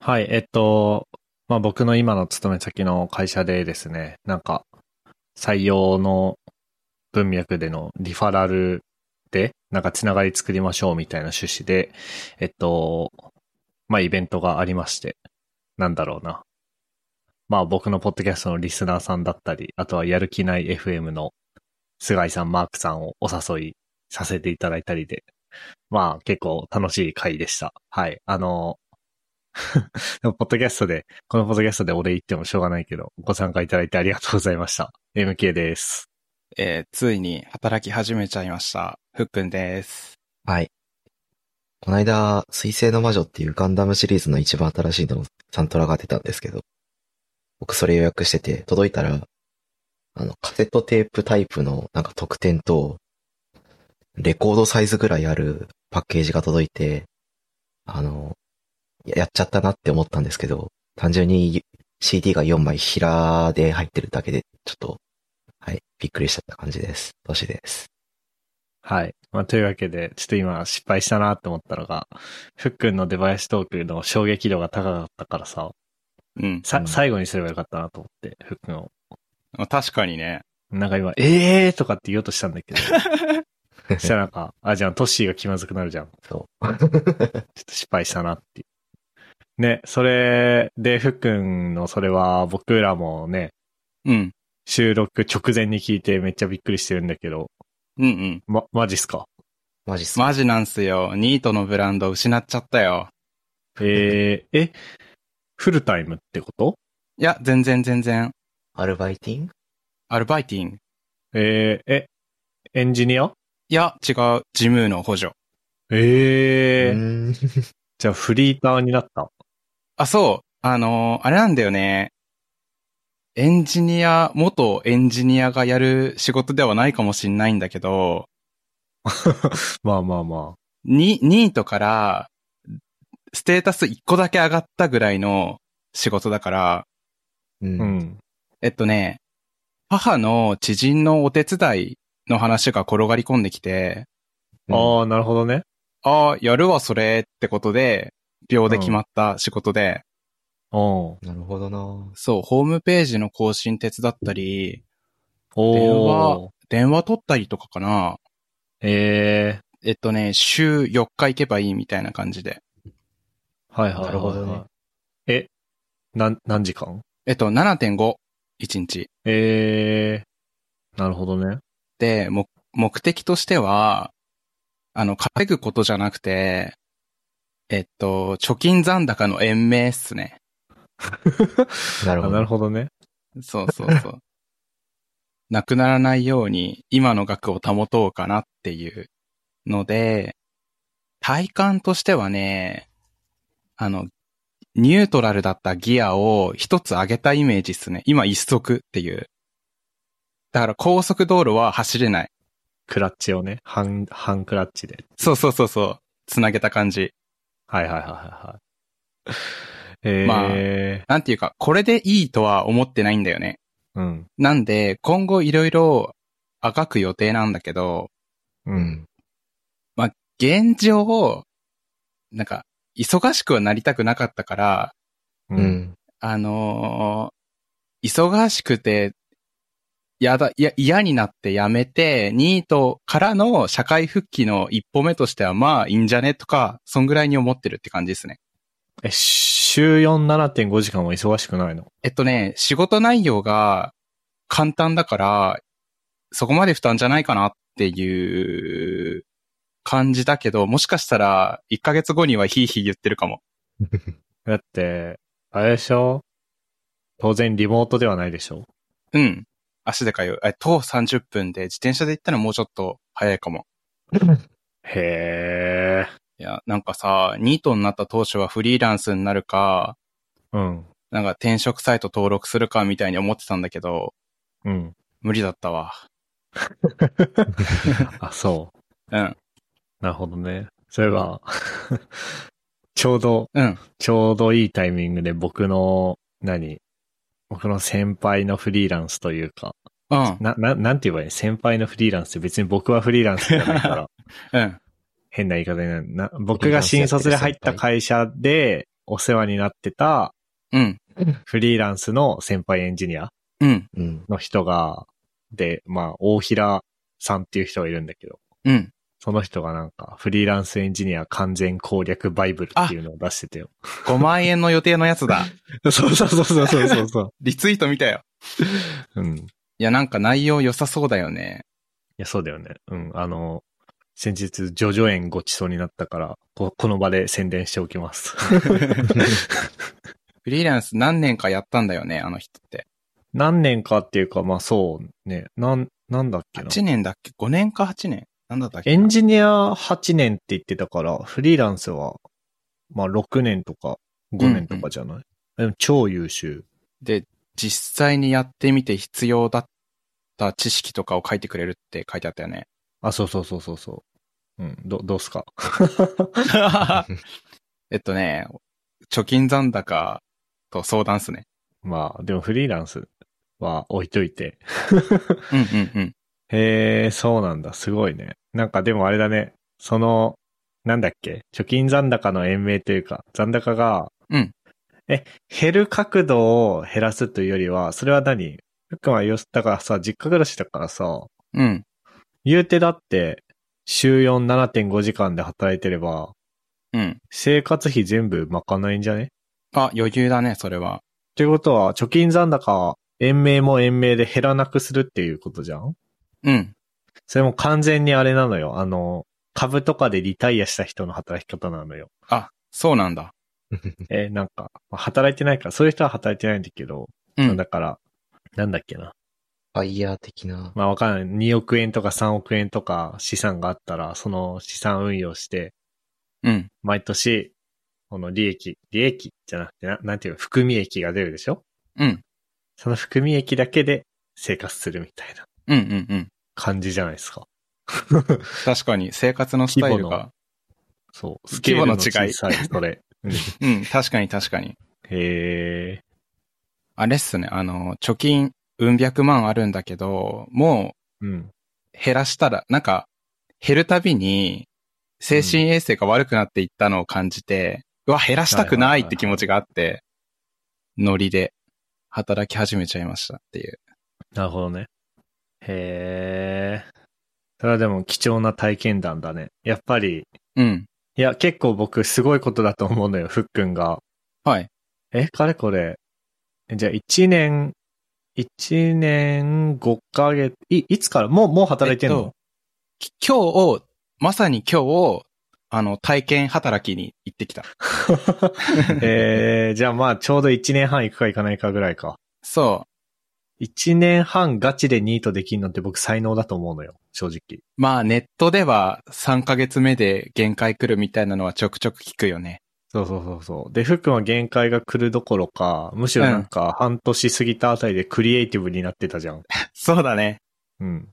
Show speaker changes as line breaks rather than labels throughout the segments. はい、えっと、まあ、僕の今の勤め先の会社でですね、なんか、採用の文脈でのリファラルで、なんかつながり作りましょうみたいな趣旨で、えっと、まあ、イベントがありまして、なんだろうな。まあ、僕のポッドキャストのリスナーさんだったり、あとはやる気ない FM の菅井さん、マークさんをお誘いさせていただいたりで、まあ、結構楽しい回でした。はい。あの、でも、ポッドキャストで、このポッドキャストで俺言ってもしょうがないけど、ご参加いただいてありがとうございました。MK です。
えー、ついに働き始めちゃいました。ふっくんです。
はい。この間、水星の魔女っていうガンダムシリーズの一番新しいのサントラが出たんですけど、僕それ予約してて、届いたら、あの、カセットテープタイプのなんか特典と、レコードサイズぐらいあるパッケージが届いて、あの、やっちゃったなって思ったんですけど、単純に CD が4枚平で入ってるだけで、ちょっと、はい、びっくりしちゃった感じです。年です。
はい。まあ、というわけで、ちょっと今失敗したなって思ったのが、ふっくんのデバイストークの衝撃度が高かったからさ、
うん。
さ、最後にすればよかったなと思って、ふっくんを。
確かにね。
なんか今、ええーとかって言おうとしたんだけど。 そしたらなんか、あ、じゃあトッシーが気まずくなるじゃん。
そう。 ちょっ
と失敗したなってね、それで、ふっくんのそれは僕らもね、
うん。
収録直前に聞いてめっちゃびっくりしてるんだけど。
うんうん。
ま、マジっすか
マジっす
マジなんすよ。ニートのブランド失っちゃったよ。
えー、え、フルタイムってこと
いや、全然全然。
アルバイティング
アルバイティング。
えー、え、エンジニア
いや、違う。事務の補助。
ええー。じゃあ、フリーターになった
あ、そう。あのー、あれなんだよね。エンジニア、元エンジニアがやる仕事ではないかもしんないんだけど。
まあまあまあ。
に、ニートから、ステータス1個だけ上がったぐらいの仕事だから。
うん。
えっとね、母の知人のお手伝いの話が転がり込んできて。
ああ、なるほどね。
ああ、やるわ、それってことで、秒で決まった仕事で。
うん、
なるほどな。
そう、ホームページの更新手伝ったり、電話、電話取ったりとかかな。
え
えー、えっとね、週4日行けばいいみたいな感じで。
はいはい、はい、なるほどね。え、な、何時間
えっと、7.5、1日。
えー、なるほどね。
で、も、目的としては、あの、稼ぐことじゃなくて、えっと、貯金残高の延命っすね。
なるほど。
なるほどね。
そうそうそう。なくならないように今の額を保とうかなっていうので、体感としてはね、あの、ニュートラルだったギアを一つ上げたイメージっすね。今一足っていう。だから高速道路は走れない。
クラッチをね、半、半クラッチで。
そうそうそうそう。つなげた感じ。
はいはいはいはいはい。えー、
まあ、なんていうか、これでいいとは思ってないんだよね。
うん。
なんで、今後いろいろあがく予定なんだけ
ど、うん。
まあ、現状を、なんか、忙しくはなりたくなかったから、
うん。
あのー、忙しくて、やだ、いや、嫌になってやめて、ニートからの社会復帰の一歩目としては、まあ、いいんじゃねとか、そんぐらいに思ってるって感じですね。
え、週47.5時間は忙しくないの
えっとね、仕事内容が簡単だから、そこまで負担じゃないかなっていう感じだけど、もしかしたら1ヶ月後にはヒーヒー言ってるかも。
だって、あれでしょ当然リモートではないでしょ
うん。足で通う。え、徒歩30分で自転車で行ったらもうちょっと早いかも。
へ
ー。いや、なんかさ、ニートになった当初はフリーランスになるか、
うん。
なんか転職サイト登録するかみたいに思ってたんだけど、
うん。
無理だったわ。。
あ、 そう
うん。
なるほどね。そういえば、 ちょうど、
うん。
ちょうどいいタイミングで僕の、何僕の先輩のフリーランスというか、
うん。
な、ななんて言えばいい先輩のフリーランスって別に僕はフリーランスじゃない から。
うん。
変な言い方になる。な僕が新卒で入った会社で、お世話になってた
うん。
フリーランスの先輩エンジニア
うん。
うん。
の人が、で、まあ、大平さんっていう人がいるんだけど、
うん。
その人がなんか、フリーランスエンジニア完全攻略バイブルっていうのを出しててよ。
5万円の予定のやつだ。
そうそうそうそうそうそう そ
リツイート見たよ。
う。うん。い
いや、なんか内容良さそうだよね。
や、そうだよね。うん。あの、先日、ジョジョ園ごちそうになったから、ここの場で宣伝しておきます。
フリーランス何年かやったんだよね、あの人って。
何年かっていうか、まあそうね。なん、なんだっけな。
8年だっけ ?5 年か8年なんだったっけ
エンジニア8年って言ってたから、フリーランスは、まあ6年とか5年とかじゃない、でも超優秀。
で、実際にやってみて必要だった知識とかを書いてくれるって書いてあったよ ね。
あ、そうそうそうそうそう。うん、ど、どうすか。
えっとね、貯金残高と相談っすね。
まあ、でもフリーランスは置いといて。
うんうんうん。
へえ、そうなんだ。すごいね。なんかでもあれだね。その、なんだっけ貯金残高の延命というか、残高が、
うん。
え、減る角度を減らすというよりは、それは何ふっくんはよし、だからさ、実家暮らしだからさ、
うん。
言うてだって、週4 7.5時間で働いてれば、
うん。
生活費全部賄えんじゃねっ
あ、余裕だね、それは。
てことは、貯金残高は延命も延命で減らなくするっていうことじゃん
うん。
それも完全にあれなのよ。あの、株とかでリタイアした人の働き方なのよ。
あ、そうなんだ。
えーなんか、まあ働いてないから、そういう人は働いてないんだけど、
うん。
だから、なんだっけな。
ファイヤー的な。
まあわかんない。2億円とか3億円とか資産があったら、その資産運用して、
うん。
毎年、この利益、利益じゃなくてな、なんていうの、含み益が出るでしょ
うん。
その含み益だけで生活するみたいな
うんうんうん。
感じじゃないですか。
確かに生活のスタイルが。
そう。スケ
規
ー
模
ル
の
の
違い
小さい、それ。うん
うん、確かに確かに。
へえ。
あれっすね、あの、貯金、うん百万あるんだけど、も
うん。
う減らしたら、なんか、減るたびに、精神衛生が悪くなっていったのを感じて、うわ、減らしたくないって気持ちがあって、ノリで働き始めちゃいましたっていう。
なるほどね。へえ。それはでも貴重な体験談だね。やっぱり、
うん。
いや、結構僕すごいことだと思うのよ、ふっくんが。
はい。
え、かれこれ。えじゃあ1年、1年5ヶ月、い、いつからもう、もう働いてんの、
えっとき今日を、まさに今日を、あの、体験働きに行ってきた。
えー、じゃあまあちょうど1年半行くか行かないかぐらいか。
そ
1年半ガチでニートできんのって僕才能だと思うのよ、正直。
う。まあ、ネットでは3ヶ月目で限界来るみたいなのはちょくちょく聞くよね。
そうそうそうそう。で、ふっくんは限界が来るどころか、むしろなんか半年過ぎたあたりでクリエイティブになってたじゃん。
そうだね。
うん。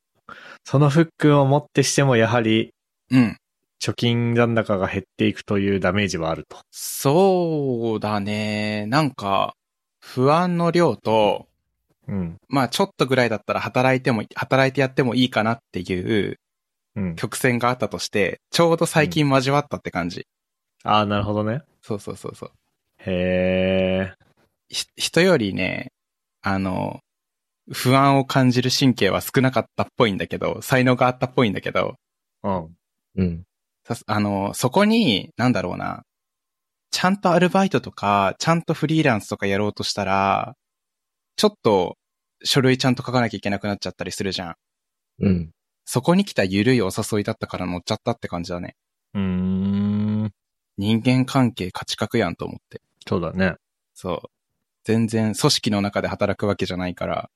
そのふっくんをもってしてもやはり
うん。
貯金残高が減っていくというダメージはあると。
そうだね。なんか、不安の量と、
うん。
まあちょっとぐらいだったら働いても、働いてやってもいいかなっていう
うん。
曲線があったとして、ちょうど最近交わったって感じ。
ああ、なるほどね。
そうそうそうそう。
へえ。
ひ人よりね、あの、不安を感じる神経は少なかったっぽいんだけど、才能があったっぽいんだけど、
うん。
うん。
さあの、そこに、なんだろうな、ちゃんとアルバイトとか、ちゃんとフリーランスとかやろうとしたら、ちょっと書類ちゃんと書かなきゃいけなくなっちゃったりするじゃん。
うん。
そこに来た緩いお誘いだったから乗っちゃったって感じだね。
うーん。
人間関係価値格やんと思って。
そうだね。
そう。全然組織の中で働くわけじゃないから、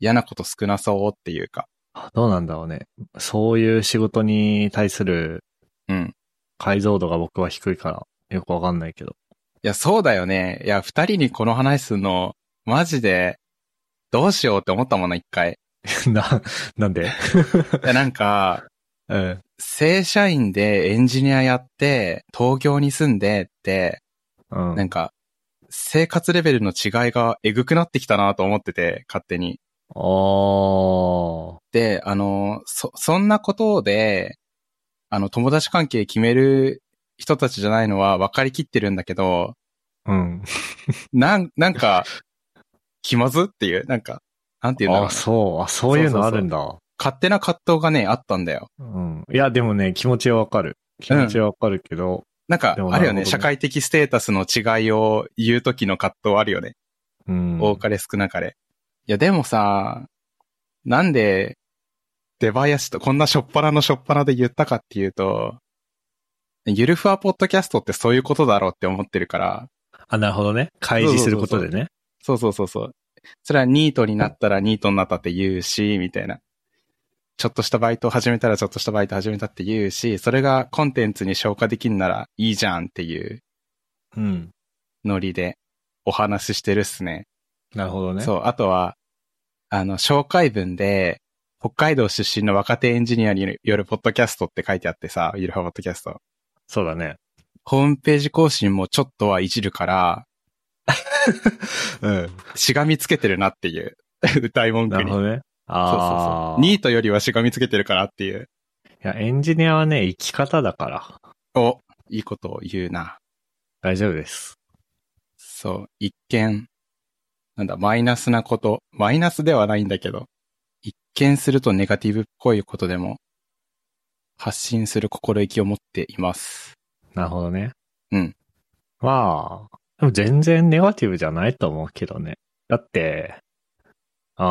嫌なこと少なそうっていうか。
どうなんだろうね。そういう仕事に対する
うん。
解像度が僕は低いから、よくわかんないけど。
いや、そうだよね。いや、二人にこの話すんの、マジで、どうしようって思ったもんな、一回。
な、なんで
いや、なんか、
うん。
正社員でエンジニアやって、東京に住んでって、
うん。
なんか、生活レベルの違いがえぐくなってきたなと思ってて、勝手に。
あー。
で、あの、そ、そんなことで、あの、友達関係決める人たちじゃないのは分かりきってるんだけど、
うん。
なん、なんか、気まずっていう、なんか、なんていうんだろう
あ、そう。あ、そういうのあるんだ。
勝手な葛藤がね、あったんだよ。
うん。いや、でもね、気持ちはわかる。気持ちはわかるけど、
なんか
でも、な
あ
る
る
ほどね
よね、社会的ステータスの違いを言うときの葛藤あるよね。
うん。
多かれ少なかれ。いや、でもさ、なんで、出囃子と、こんなしょっぱなのしょっぱなで言ったかっていうと、ゆるふわポッドキャストってそういうことだろうって思ってるから、
あ、なるほどね。開示することでね。
そうそうそうそう。それはニートになったらニートになったって言うし、みたいな。ちょっとしたバイトを始めたらちょっとしたバイト始めたって言うし、それがコンテンツに消化できんならいいじゃんっていう
うん。
ノリでお話ししてるっすね。
なるほどね。
そう、あとは、あの、紹介文で、北海道出身の若手エンジニアによるポッドキャストって書いてあってさ、ゆるはポッドキャスト。
そうだね。
ホームページ更新もちょっとはいじる から、
うん。
しがみつけてるなっていう、歌い文
な
句
る
に
ほ。どね。
そうそう
ああ。
そう。ニートよりはしがみつけてるからっていう。
いや、エンジニアはね、生き方だから、
お、いいことを言うな。
大丈夫です。
そう、一見、なんだ、マイナスなこと、マイナスではないんだけど、一見するとネガティブっぽいことでも、発信する心意気を持ってい ます。
なるほどね。
うん。
まあ、でも全然ネガティブじゃないと思うけどね。だって、あ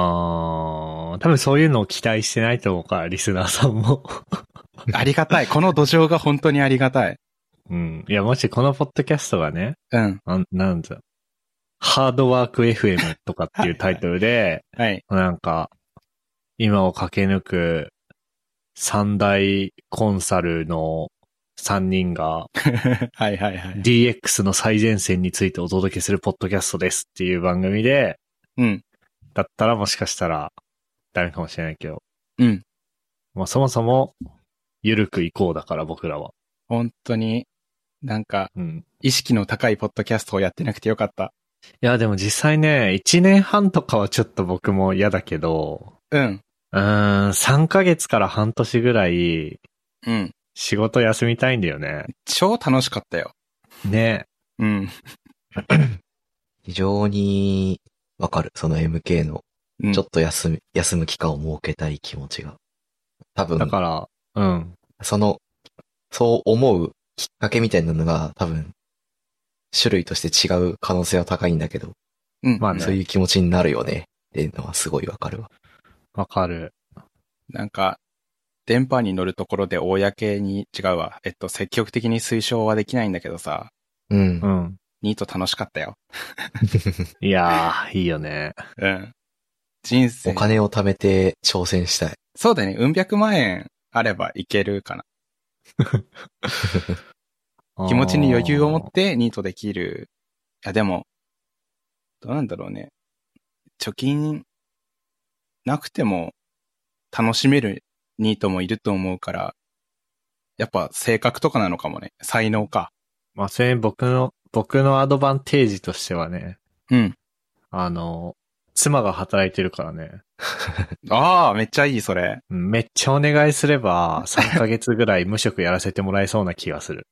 ー、多分そういうのを期待してないと思うから、リスナーさんも。
ありがたい。この土壌が本当にありがたい。
うん。いや、もしこのポッドキャストがね、
うん。
なんなんだ、ハードワーク FM とかっていうタイトルで、
はい。
なんか、今を駆け抜く三大コンサルの三人が
はいはいはい。
DX の最前線についてお届けするポッドキャストですっていう番組で、
うん。
だったらもしかしたらダメかもしれないけど、
うん。
まあそもそも、ゆるくいこうだから僕らは。
本当に、なんか、
うん。
意識の高いポッドキャストをやってなくてよかった。
いや、でも実際ね、1年半とかはちょっと僕も嫌だけど、
うん。
うーん、3ヶ月から半年ぐらい
うん。
仕事休みたいんだよね。
超楽しかったよ。
ね。
うん。
非常にわかる。その MK の
うん、
ちょっと休み、休む期間を設けたい気持ちが。多
だ
分、
から、うん。
その、そう思うきっかけみたいなのが多分、種類として違う可能性は高いんだけど、
うん、
まあね
そういう気持ちになるよね。っていうのはすごいわかるわ。
わかる。
なんか、電波に乗るところで公に違うわ。えっと、積極的に推奨はできないんだけどさ、
うん
う。ん。
ニート楽しかったよ。
いやー、いいよね。
うん。人生。
お金を貯めて挑戦したい。
そうだね。うん百万円あればいけるかな。気持ちに余裕を持ってニートできる。いや、でも、どうなんだろうね。貯金なくても楽しめるニートもいると思うから、やっぱ性格とかなのかもね。才能か。
まあ、それ僕の、僕のアドバンテージとしてはね、
うん。
あの、妻が働いてるからね、
ああ、めっちゃいい、それ。
うんめっちゃお願いすれ ば、3ヶ月ぐらい無職やらせてもらえそうな気がする。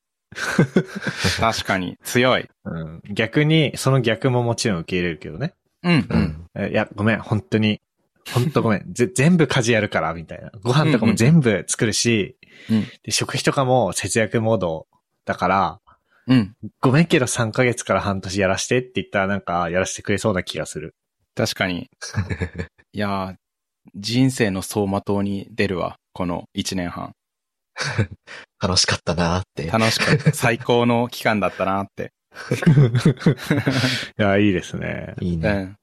確かに。強い。
うん、逆に、その逆ももちろん受け入れるけどね。
うん、
う。
うんん。
えいや、ごめん、本当に。本当ごめん。ぜ、 全部家事やるから、みたいな。ご飯とかも全部作るし、
うん
で食費とかも節約モードだから、
うん。
ごめんけど3ヶ月から半年やらしてって言ったらなんか、やらせてくれそうな気がする。
確か に。いやー、人生の走馬灯に出るわ。この1年半。
楽しかったなーって。
楽しかった。最高の期間だったなって。
いや、いいですね。
いいうね。
ん。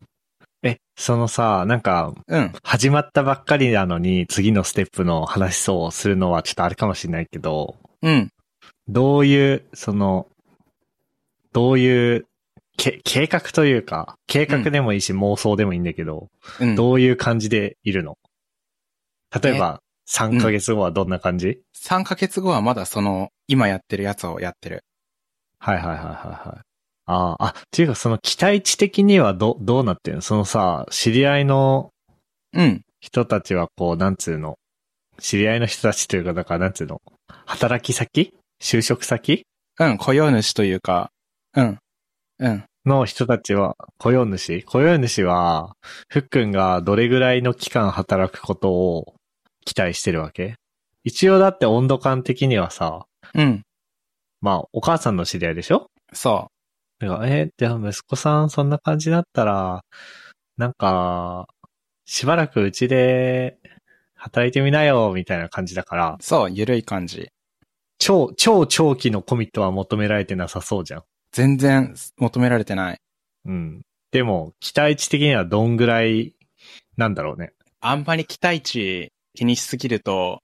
え、そのさ、なんか、
うん。
始まったばっかりなのに、次のステップの話しそうをするのはちょっとあれかもしれないけど、
うん。
どういう、その、どういう、け、計画というか、計画でもいいし、妄想でもいいんだけど、
うん。
どういう感じでいるの例えば、3ヶ月後はどんな感じ、
3ヶ月後はまだその、今やってるやつをやってる。
はいはいはいはいはい。ああ、あ、っていうかその期待値的にはど、どうなってるのそのさ、知り合いの
うん。
人たちはこう、なんつうの、知り合いの人たちというか、だからなんつうの、働き先就職先
うん。雇用主というか、うん。うん。
の人たちは、雇用主雇用主は、ふっくんがどれぐらいの期間働くことを期待してるわけ一応だって温度感的にはさ、
うん。
まあ、お母さんの知り合いでしょ
そ
だからえーじゃあ息子さんそんな感じだったら、なんか、しばらくうちで働いてみなよ、みたいな感じだから、
う。そう。ゆるい感じ。
超、超長期のコミットは求められてなさそうじゃん。
全然求められてない。
うん。でも、期待値的にはどんぐらい、なんだろうね。
あんまり期待値気にしすぎると、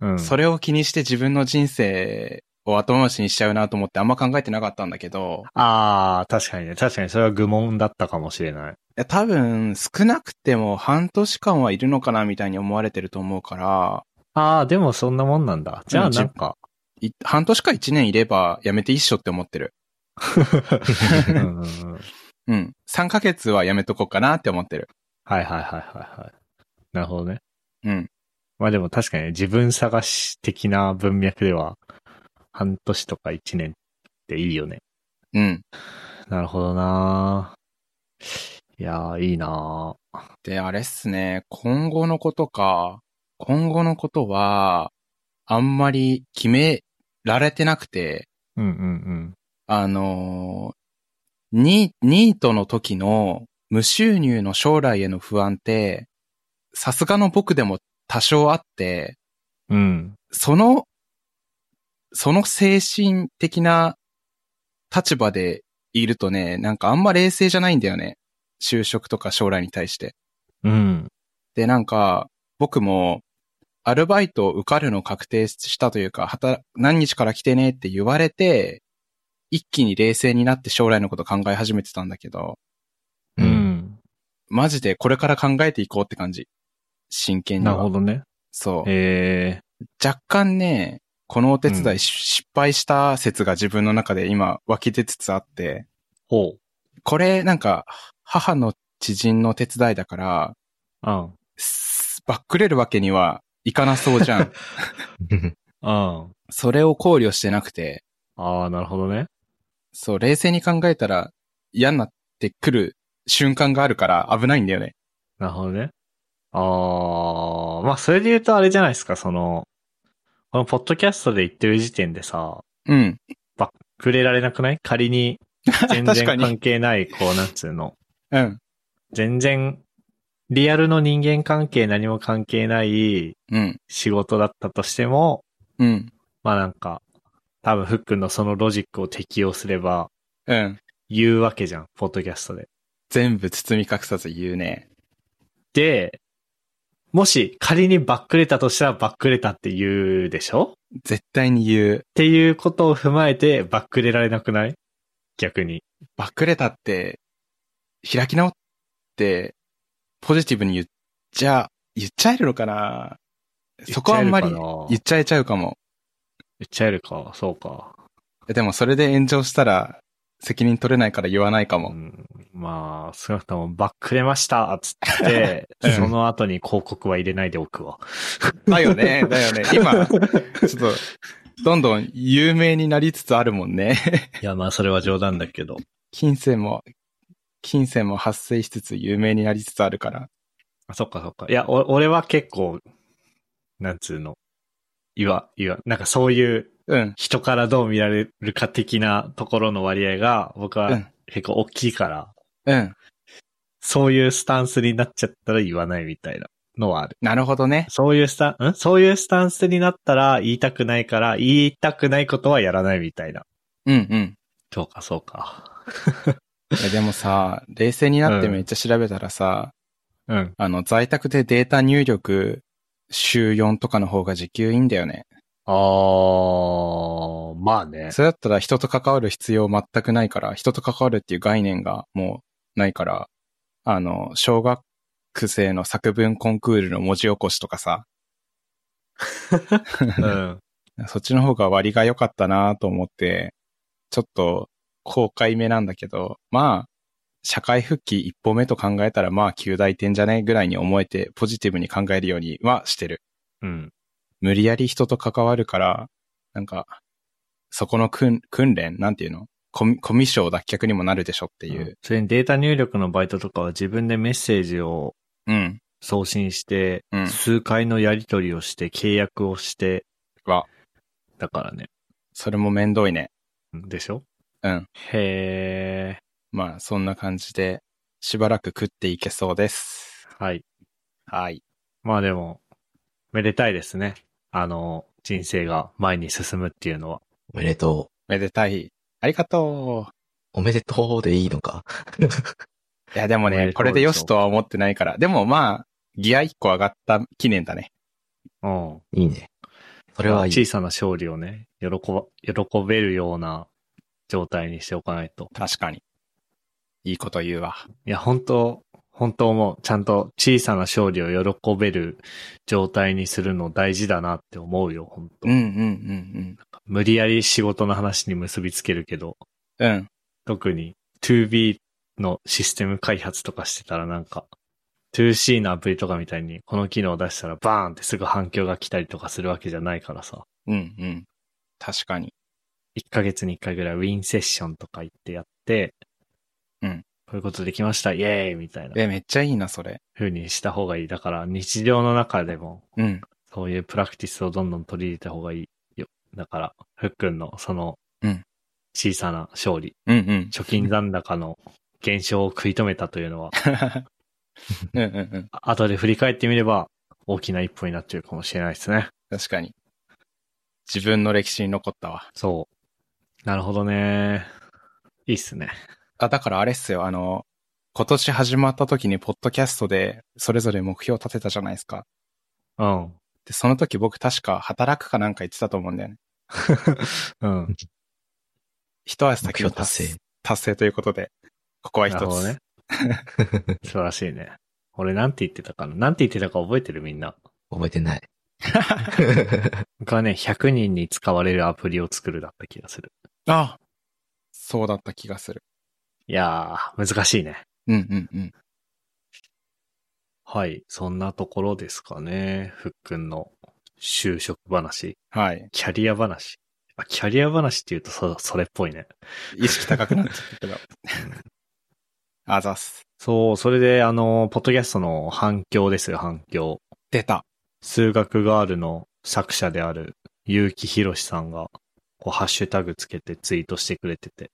うん。
それを気にして自分の人生を後回しにしちゃうなと思ってあんま考えてなかったんだけど、
ああ、確かにね。確かにそれは愚問だったかもしれない。
いや多分少なくても半年間はいるのかなみたいに思われてると思うから、
ああ、でもそんなもんなんだ。じゃあなんか、
い半年か一年いればやめて一緒って思ってる。
うんうんうんはい
うん。3ヶ月はやめとこうかなって思ってる。
はいはいはいはい。なるほどね。
うん。
まあでも確かに自分探し的な文脈では、半年とか一年っていいよね。
うん。
なるほどなーいやー、いいなー
で、あれっすね。今後のことか。今後のことは、あんまり決められてなくて、
うんうん
あのーニ、ニートの時の無収入の将来への不安って、さすがの僕でも多少あって、
うん。うん。
その、その精神的な立場でいるとね、なんかあんま冷静じゃないんだよね。就職とか将来に対して。
うん。
で、なんか、僕も、アルバイトを受かるの確定したというか、働、何日から来てねって言われて、一気に冷静になって将来のこと考え始めてたんだけど、
う。ん。
マジでこれから考えていこうって感じ。真剣に
な
は。
るほどね。
そう。
え
若干ね、このお手伝いし、失敗した説が自分の中で今湧き出つつあっ
ー、
て、
ほう。
これなんか、母の知人の手伝いだから、
うん。
すバックれるわけにはいかなそうじゃん。
うん。
うん。
それを考慮してなくて、
ああ、なるほどね。
そう、冷静に考えたら嫌になってくる瞬間があるから危ないんだよね。
なるほどね。ああ、まあ、それで言うとあれじゃないですか、その、このポッドキャストで言ってる時点でさ、
うん。
触れられなくない仮 に、全
確か
然
に
関係ない、こう、なんつうの。
うん。
全然、リアルの人間関係何も関係ない
うん。
仕事だったとしても、
うん。
まあなんか、多分、ふっくんのそのロジックを適用すれば、
うん。
言うわけじゃん、ポッドキャストで。
全部包み隠さず言うね。
で、もし仮にバックレたとしたらバックレたって言うでしょ
絶対に言う。
っていうことを踏まえてバックレられなくない逆に。
バックレたって、開き直って、ポジティブに言っちゃ、言っちゃえるのかなそこはあんまり言
言
っちゃえちゃうかも。
っちゃえるか、そうか。
でもそれで炎上したら責任取れないから言わないか
う
も。
ん、まあ、少なくともバックレましたっつって、
うん
その後に広告は入れないでおくわ。
だよね、だよね。今、ちょっと、どんどん有名になりつつあるもんね。
いや、まあ、それは冗談だけど。
金銭も、金銭も発生しつつ有名になりつつあるから。
あ、そっかそっか。いや、お俺は結構、なんつうの。いわ、いわ、なんかそういう
うん。
人からどう見られるか的なところの割合が、僕
う
は
ん
結構大きいから、
うん。
そういうスタンスになっちゃったら言わないみたいなのはある。
なるほどね。
そういうスタン、んそういうスタンスになったら言いたくないから、言いたくないことはやらないみたいな。
うんうん
そうか、そうか。
いや。でもさ、冷静になってめっちゃ調べたらさ、
うん。
あの、在宅でデータ入力、週4とかの方が時給いいんだよね。
あー、まあね。
それだったら人と関わる必要全くないから、人と関わるっていう概念がもうないから、あの、小学生の作文コンクールの文字起こしとかさ、
うん。
そっちの方が割が良かったなと思って、ちょっと公開目なんだけど、まあ、社会復帰一歩目と考えたらまあ旧大点じゃねぐらいに思えてポジティブに考えるようにはしてる。
うん。
無理やり人と関わるから、なんか、そこの訓訓練、なんていうのコミコミュ障脱却にもなるでしょっていう。
それにデータ入力のバイトとかは自分でメッセージを
うん。
送信して、
うん
数回のやり取りをして、契約をして、
わ、
だからね。
それも面倒いね。
でしょ
うん。
へ
まあ、そんな感じで、しばらく食っていけそうです。
ー。はい。
はい。
まあでも、めでたいですね。あの、人生が前に進むっていうのは。
おめでと
めでたい。ありがとう。
う。おめでとうでいいのか。
いや、でも
おめでと
ね、
う
これでよしとは思ってないから。でもまあ、ギア1個上がった記念だね。
うん。
いいね。そ
こ
れはいい。
小さな勝利をね、喜ば、喜べるような状態にしておかないと。
確かに。いいこと言うわ。
いや、本当本当もう、ちゃんと小さな勝利を喜べる状態にするの大事だなって思うよ、本当、
うんうんうん
無理やり仕事の話に結びつけるけど、
うん。うん。
特に 2B のシステム開発とかしてたらなんか、2C のアプリとかみたいにこの機能を出したらバーンってすぐ反響が来たりとかするわけじゃないからさ、
うんうん。確かに。
1ヶ月に1回ぐらいウィンセッションとか行ってやって、
うん。
こういうことできました、イエーイみたいな
え、めっちゃいいな、それ。
風にした方がいい。だから日常の中でも
うん。
そういうプラクティスをどんどん取り入れた方がいいよ。だから、ふっくんのその
うん、
小さな勝利、
うんうん。
貯金残高の減少を食い止めたというのは、
うんうんうん。
あ後で振り返ってみれば、大きな一歩になってるかもしれないですね。
確かに。自分の歴史に残ったわ。
そう。なるほどね。いいっすね。
あ、だからあれっすよ、あの、今年始まった時にポッドキャストでそれぞれ目標立てたじゃないですか。
うん。
で、その時僕確か働くかなんか言ってたと思うんだよね。
うん。
一足
目
先の
標
達成
達成。
達成ということで、ここは一
なるほ
つ。
ど ね。素晴らしいね。俺なんて言ってたかななんて言ってたか覚えてるみんな。
覚えてない。
僕はね、100人に使われるアプリを作るだった気がする。
あそうだった気がする。
いやー、難しいね。
うんうんうん。
はい。そんなところですかね。ふっくんの就職話、
はい。
キャリア話。あキャリア話って言うとそ、それっぽいね。
意識高くなっちゃったけど。あざっす。
そう、それで、あの、ポッドキャストの反響ですよ、反響。
出た。
数学ガールの作者である、結城博さんが、こう、ハッシュタグつけてツイートしてくれてて、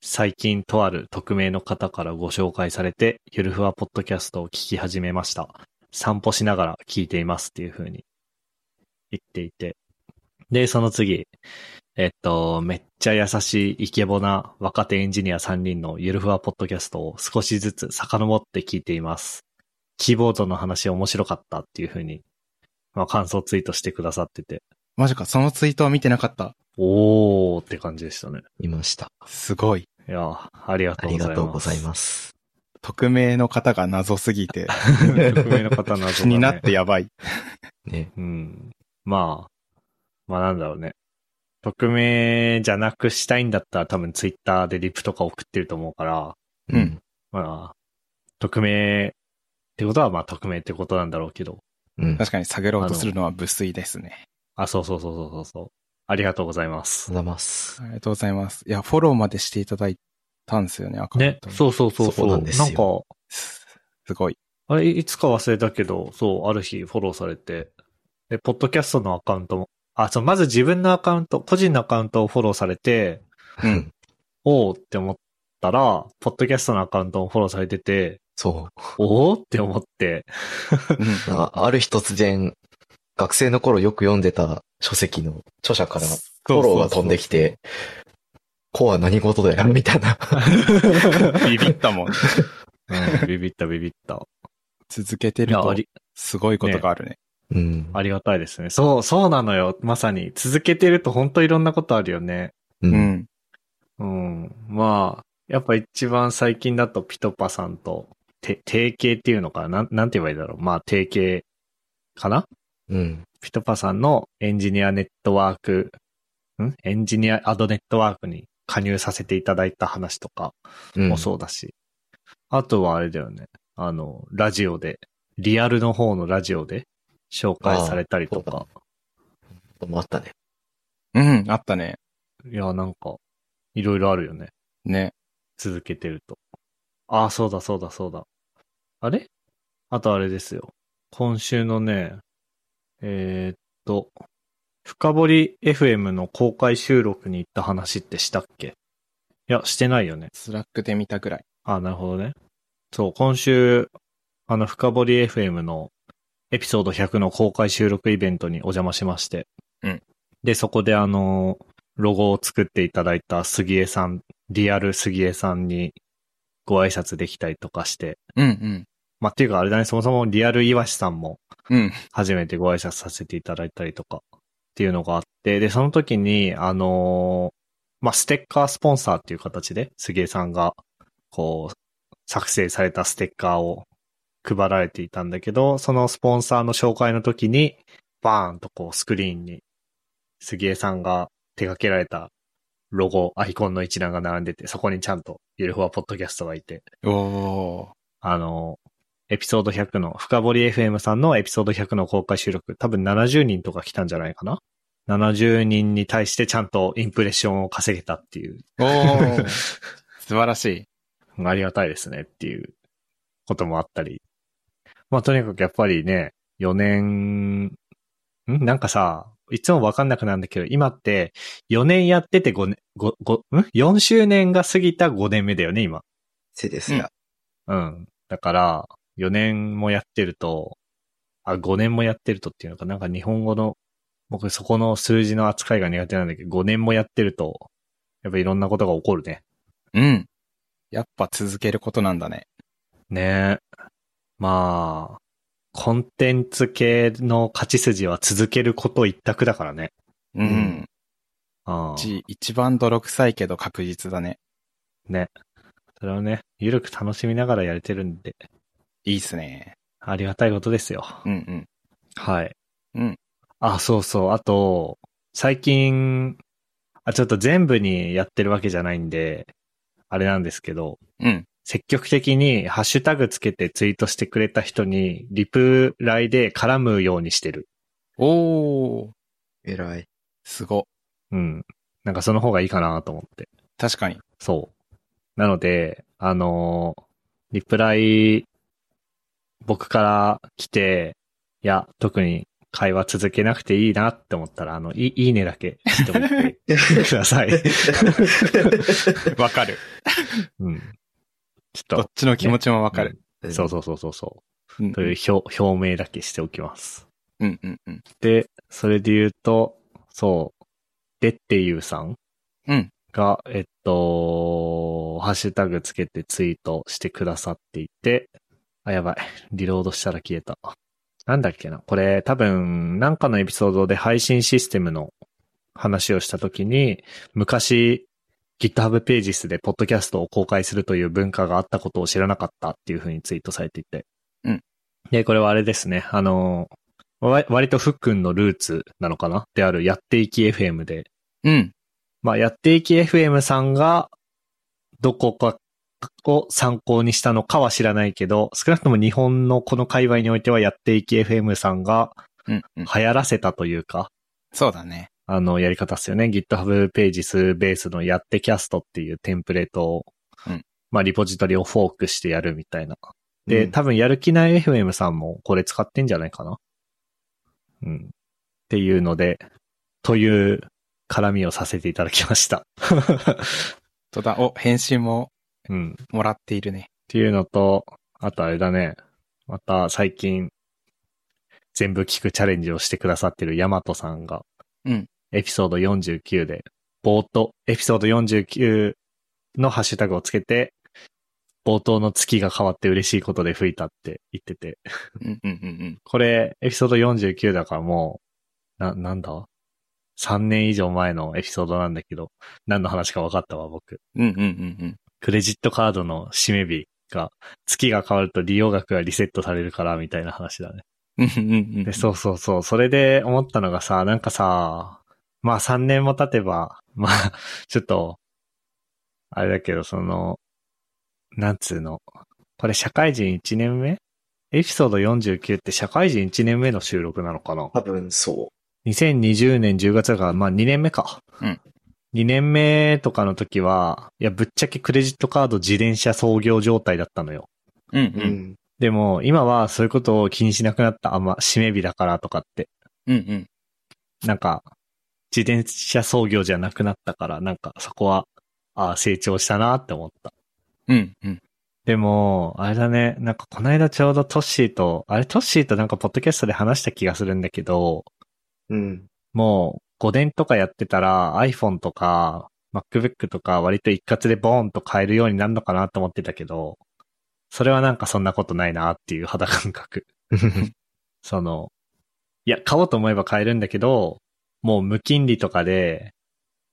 最近とある匿名の方からご紹介されて、ゆるふわポッドキャストを聞き始めました。散歩しながら聞いていますっていう風に言っていて。で、その次、えっと、めっちゃ優しいイケボな若手エンジニア3人のゆるふわポッドキャストを少しずつ遡って聞いています。キーボードの話面白かったっていう風に、まあ感想ツイートしてくださってて、
マジか、そのツイートは見てなかった。
おーって感じでしたね。
いました。
すごい。
いや、ありが
あ
とうござ
り
います。
がとうございます。
匿名の方が謎すぎ て、
匿名の方謎だ、ね、
気になってやばい。
ね。
うん。まあ、まあなんだろうね。匿名じゃなくしたいんだったら多分ツイッターでリプとか送ってると思うから、
うん。
まあ、匿名ってことはまあ匿名ってことなんだろうけど。
うん。
確かに探ろうとするのは無粋ですね。
あ、そうそうそうそうそうそう。ありがとうございます
ご。ざいます。
ありがとうございます。いや、フォローまでしていただいたんですよね、アカウン
ね、
トに
そうそうそうそう。
そうなんですよ
か、
すすごい。
あれ、いつか忘れたけど、そう、ある日フォローされて、で、ポッドキャストのアカウントも、あ、そう、まず自分のアカウント、個人のアカウントをフォローされて、
うん。
おーって思ったら、ポッドキャストのアカウントもフォローされてて、
そ
おーって思って、
う。なんかある日突然、学生の頃よく読んでた書籍の著者からフォローが飛んできて、こうは何事だよ、みたいな。
ビビったも ん。
うんビビったビビった。
続けて
い
る
や、あ
と、
り、
すごいことがあるね。
うん。
ありがたいですね。そう、そうなのよ。まさに。続けてると本当いろんなことあるよね。
う。
うんん。
うん。まあ、やっぱ一番最近だとピトパさんと、て、提携っていうのかななん、なんて言えばいいだろう。まあ、提携かな
うん。
ピトパさんのエンジニアネットワーク、んエンジニアアドネットワークに加入させていただいた話とか
うん
もそうだし。あとはあれだよね。あの、ラジオで、リアルの方のラジオで紹介されたりと
あーそうだ
か
ね。もあったね。
うん、あったね。
いや、なんか、いろいろあるよね。
ね。
続けてると。ああ、そうだそうだそうだ。あれあとあれですよ。今週のね、えーっと、深掘り FM の公開収録に行った話ってしたっけいや、してないよね。
スラックで見たぐらい。
あ、なるほどね。そう、今週、あの、深掘り FM のエピソード100の公開収録イベントにお邪魔しまして。
うん。
で、そこであの、ロゴを作っていただいた杉江さん、リアル杉江さんにご挨拶できたりとかして。
うん
まあ、っていうかあれだね、そもそもリアル岩師さんも
うん。うん。
初めてご挨拶させていただいたりとかっていうのがあって、で、その時に、あのーまあ、ステッカースポンサーっていう形で、杉江さんが、こう、作成されたステッカーを配られていたんだけど、そのスポンサーの紹介の時に、バーンとこうスクリーンに、杉江さんが手掛けられたロゴ、アイコンの一覧が並んでて、そこにちゃんとゆるふわポッドキャストがいて、
お
あの、エピソード100の、深掘り FM さんのエピソード100の公開収録、多分70人とか来たんじゃないかな ?70 人に対してちゃんとインプレッションを稼げたっていう、
ー。お ー。素晴らしい。
ありがたいですねっていうこともあったり。まあとにかくやっぱりね、4年、んなんかさ、いつもわかんなくなるんだけど、今って4年やってて5年、5、5、ん ?4 周年が過ぎた5年目だよね、今。
せですが、
うん。だから、4年もやってると、あ、5年もやってるとっていうのか、なんか日本語の、僕そこの数字の扱いが苦手なんだけど、5年もやってると、やっぱいろんなことが起こるね。
うん。やっぱ続けることなんだね。
ねえ。まあ、コンテンツ系の勝ち筋は続けること一択だからね。
うんん。
ああ。
ち一番泥臭いけど確実だね。
ね。それをね、ゆるく楽しみながらやれてるんで、
いいっすね。
ありがたいことですよ。
うんうん。
はい。
うん。
あ、そうそう。あと、最近、あ、ちょっと全部にやってるわけじゃないんで、あれなんですけど、
うん。
積極的にハッシュタグつけてツイートしてくれた人に、リプライで絡むようにしてる。
おー。
偉い。
すご。
うん。なんかその方がいいかなと思って。
確かに。
そう。なので、あのーリプライ、僕から来て、いや、特に会話続けなくていいなって思ったら、あの、いいいねだけしておいてくだ さい。
わかる。
うん。ちょ
ど
っ
っちの気持ちもわ
と。
かる。
うん。そうそうそうそうそ
うんうん
う。という表表明だけしておきます。
うんうんうん。
で、それで言うと、そう、でっていうさん
うん
が、えっと、ハッシュタグつけてツイートしてくださっていて、あ、やばい。リロードしたら消えた。なんだっけな。これ多分、なんかのエピソードで配信システムの話をしたときに、昔、GitHub ページスでポッドキャストを公開するという文化があったことを知らなかったっていうふうにツイートされていて。
うん。
で、これはあれですね。あの、わ割とふっくんのルーツなのかなであるやっていき FM で。
うん。
まあ、やっていき FM さんが、どこかを参考にしたのかは知らないけど、少なくとも日本のこの界隈においてはやっていき FM さんが
うんうん。
流行らせたというか、
そうだね。
あの、やり方ですよね。GitHub ページ数ベースのやってキャストっていうテンプレートを、
うん
まあ、リポジトリをフォークしてやるみたいな。で、
うん
多分やる気ない FM さんもこれ使ってんじゃないかな。うん。っていうので、という絡みをさせていただきました。
とだ、お、返信も
うん。っ
もらっているね。
ていうのと、あとあれだね。また最近、全部聞くチャレンジをしてくださってるヤマトさんが、
うん
エピソード49で、冒頭、エピソード49のハッシュタグをつけて、冒頭の月が変わって嬉しいことで吹いたって言ってて、
うんうんうん
これ、エピソード49だからもう、な、なんだ ?3 年以上前のエピソードなんだけど、何の話か分かったわ、僕。
うん。うんうんうん
クレジットカードの締め日が、月が変わると利用額がリセットされるから、みたいな話だね。
うん。うんうんうん。
で、そうそうそう。それで思ったのがさ、なんかさ、まあ3年も経てば、 まあ、ちょっと、あれだけど、その、なんつうの。これ社会人1年目エピソード49って社会人1年目の収録なのかな
多分そ
2020年10月だから、まあ2年目か。
うん
2年目とかの時は、いや、ぶっちゃけクレジットカード自転車操業状態だったのよ。
うん
う
うん。
ん。
でも、今はそういうことを気にしなくなった。あんま、締め日だからとかって。
うんうん。
なんか、自転車操業じゃなくなったから、なんかそこは、ああ、成長したなって思った。
うんうん。
でも、あれだね、なんかこの間ちょうどトッシーと、あれトッシーとなんかポッドキャストで話した気がするんだけど、
うん。
もう5年とかやってたら iPhone とか MacBook とか割と一括でボーンと買えるようになるのかなと思ってたけど、それはなんかそんなことないなっていう肌感覚。 その、いや、買おうと思えば買えるんだけど、もう無金利とかで、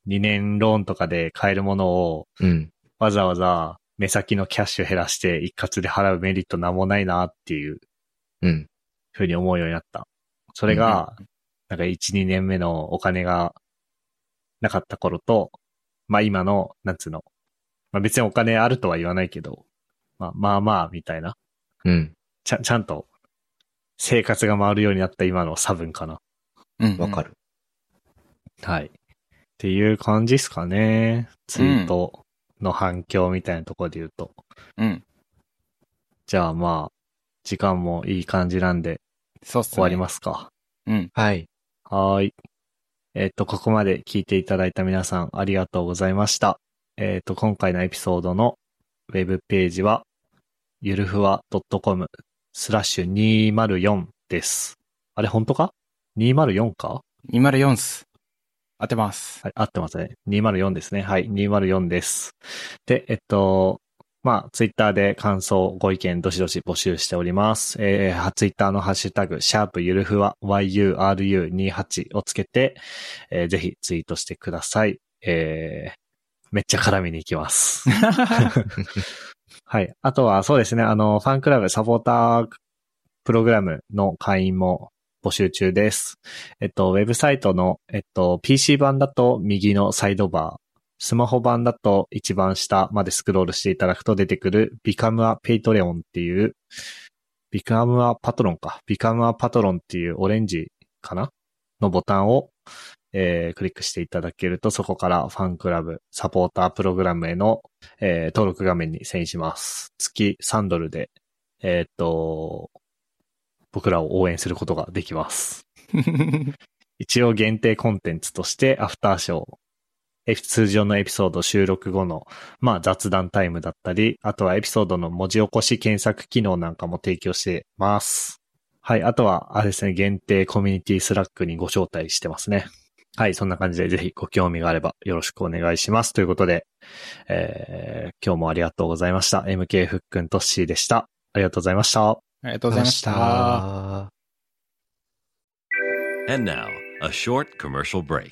2年ローンとかで買えるものを
うん。
わざわざ目先のキャッシュ減らして一括で払うメリットなんもないなっていう
うん。
ふうに思うようになった。それが、なんか1、2年目のお金がなかった頃と、まあ今の、なんつうの、まあ別にお金あるとは言わないけど、まあまあまあみたいな、
うん。
ちゃん、ちゃんと生活が回るようになった今の差分かな。
うんうん。
わかる。
はい。っていう感じですかね。ツイートの反響みたいなところで言うと。
うん。
じゃあまあ、時間もいい感じなんで
そうっすね。
終わりますか。
うん。
はい。
はーい。えっ、と、ここまで聞いていただいた皆さんありがとうございました。えっ、と、今回のエピソードのウェブページは、ゆるふわ .com スラッシュ204です。あれ、本当か ?204 か
204っす。当てます。
はい、合ってますね。204ですね。はい、204です。で、えっと、まあ、ツイッターで感想、ご意見、どしどし募集しております。えー、ツイッターのハッシュタグ、シャープゆるふわ、yuru28 をつけて、えーぜひツイートしてください。えー、めっちゃ絡みに行きます。 はい。あとは、そうですね。あの、ファンクラブサポータープログラムの会員も募集中です。えっと、ウェブサイトの、えっと、PC 版だと右のサイドバー、スマホ版だと一番下までスクロールしていただくと出てくる Become a Patreon っていう、Become a Patron か。Become a Patron っていうオレンジかなのボタンを、えークリックしていただけると、そこからファンクラブ、サポータープログラムへのえー登録画面に遷移します。月3ドルで、えーっと、僕らを応援することができます。一応限定コンテンツとして、アフターショー、え通常のエピソード収録後の、まあ雑談タイムだったり、あとはエピソードの文字起こし検索機能なんかも提供してます。はい、あとは、あれですね、限定コミュニティスラックにご招待してますね。はい、そんな感じでぜひご興味があればよろしくお願いします。ということで、えー今日もありがとうございました。MK ふっくんとっしーでした。ありがとうございました。
ありがとうございまし
あ
た。
ー
And now, a short commercial break.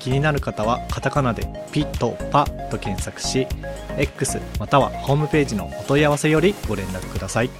気になる方はカタカナでピトパと検索し X またはホームページのお問い合わせよりご連絡ください。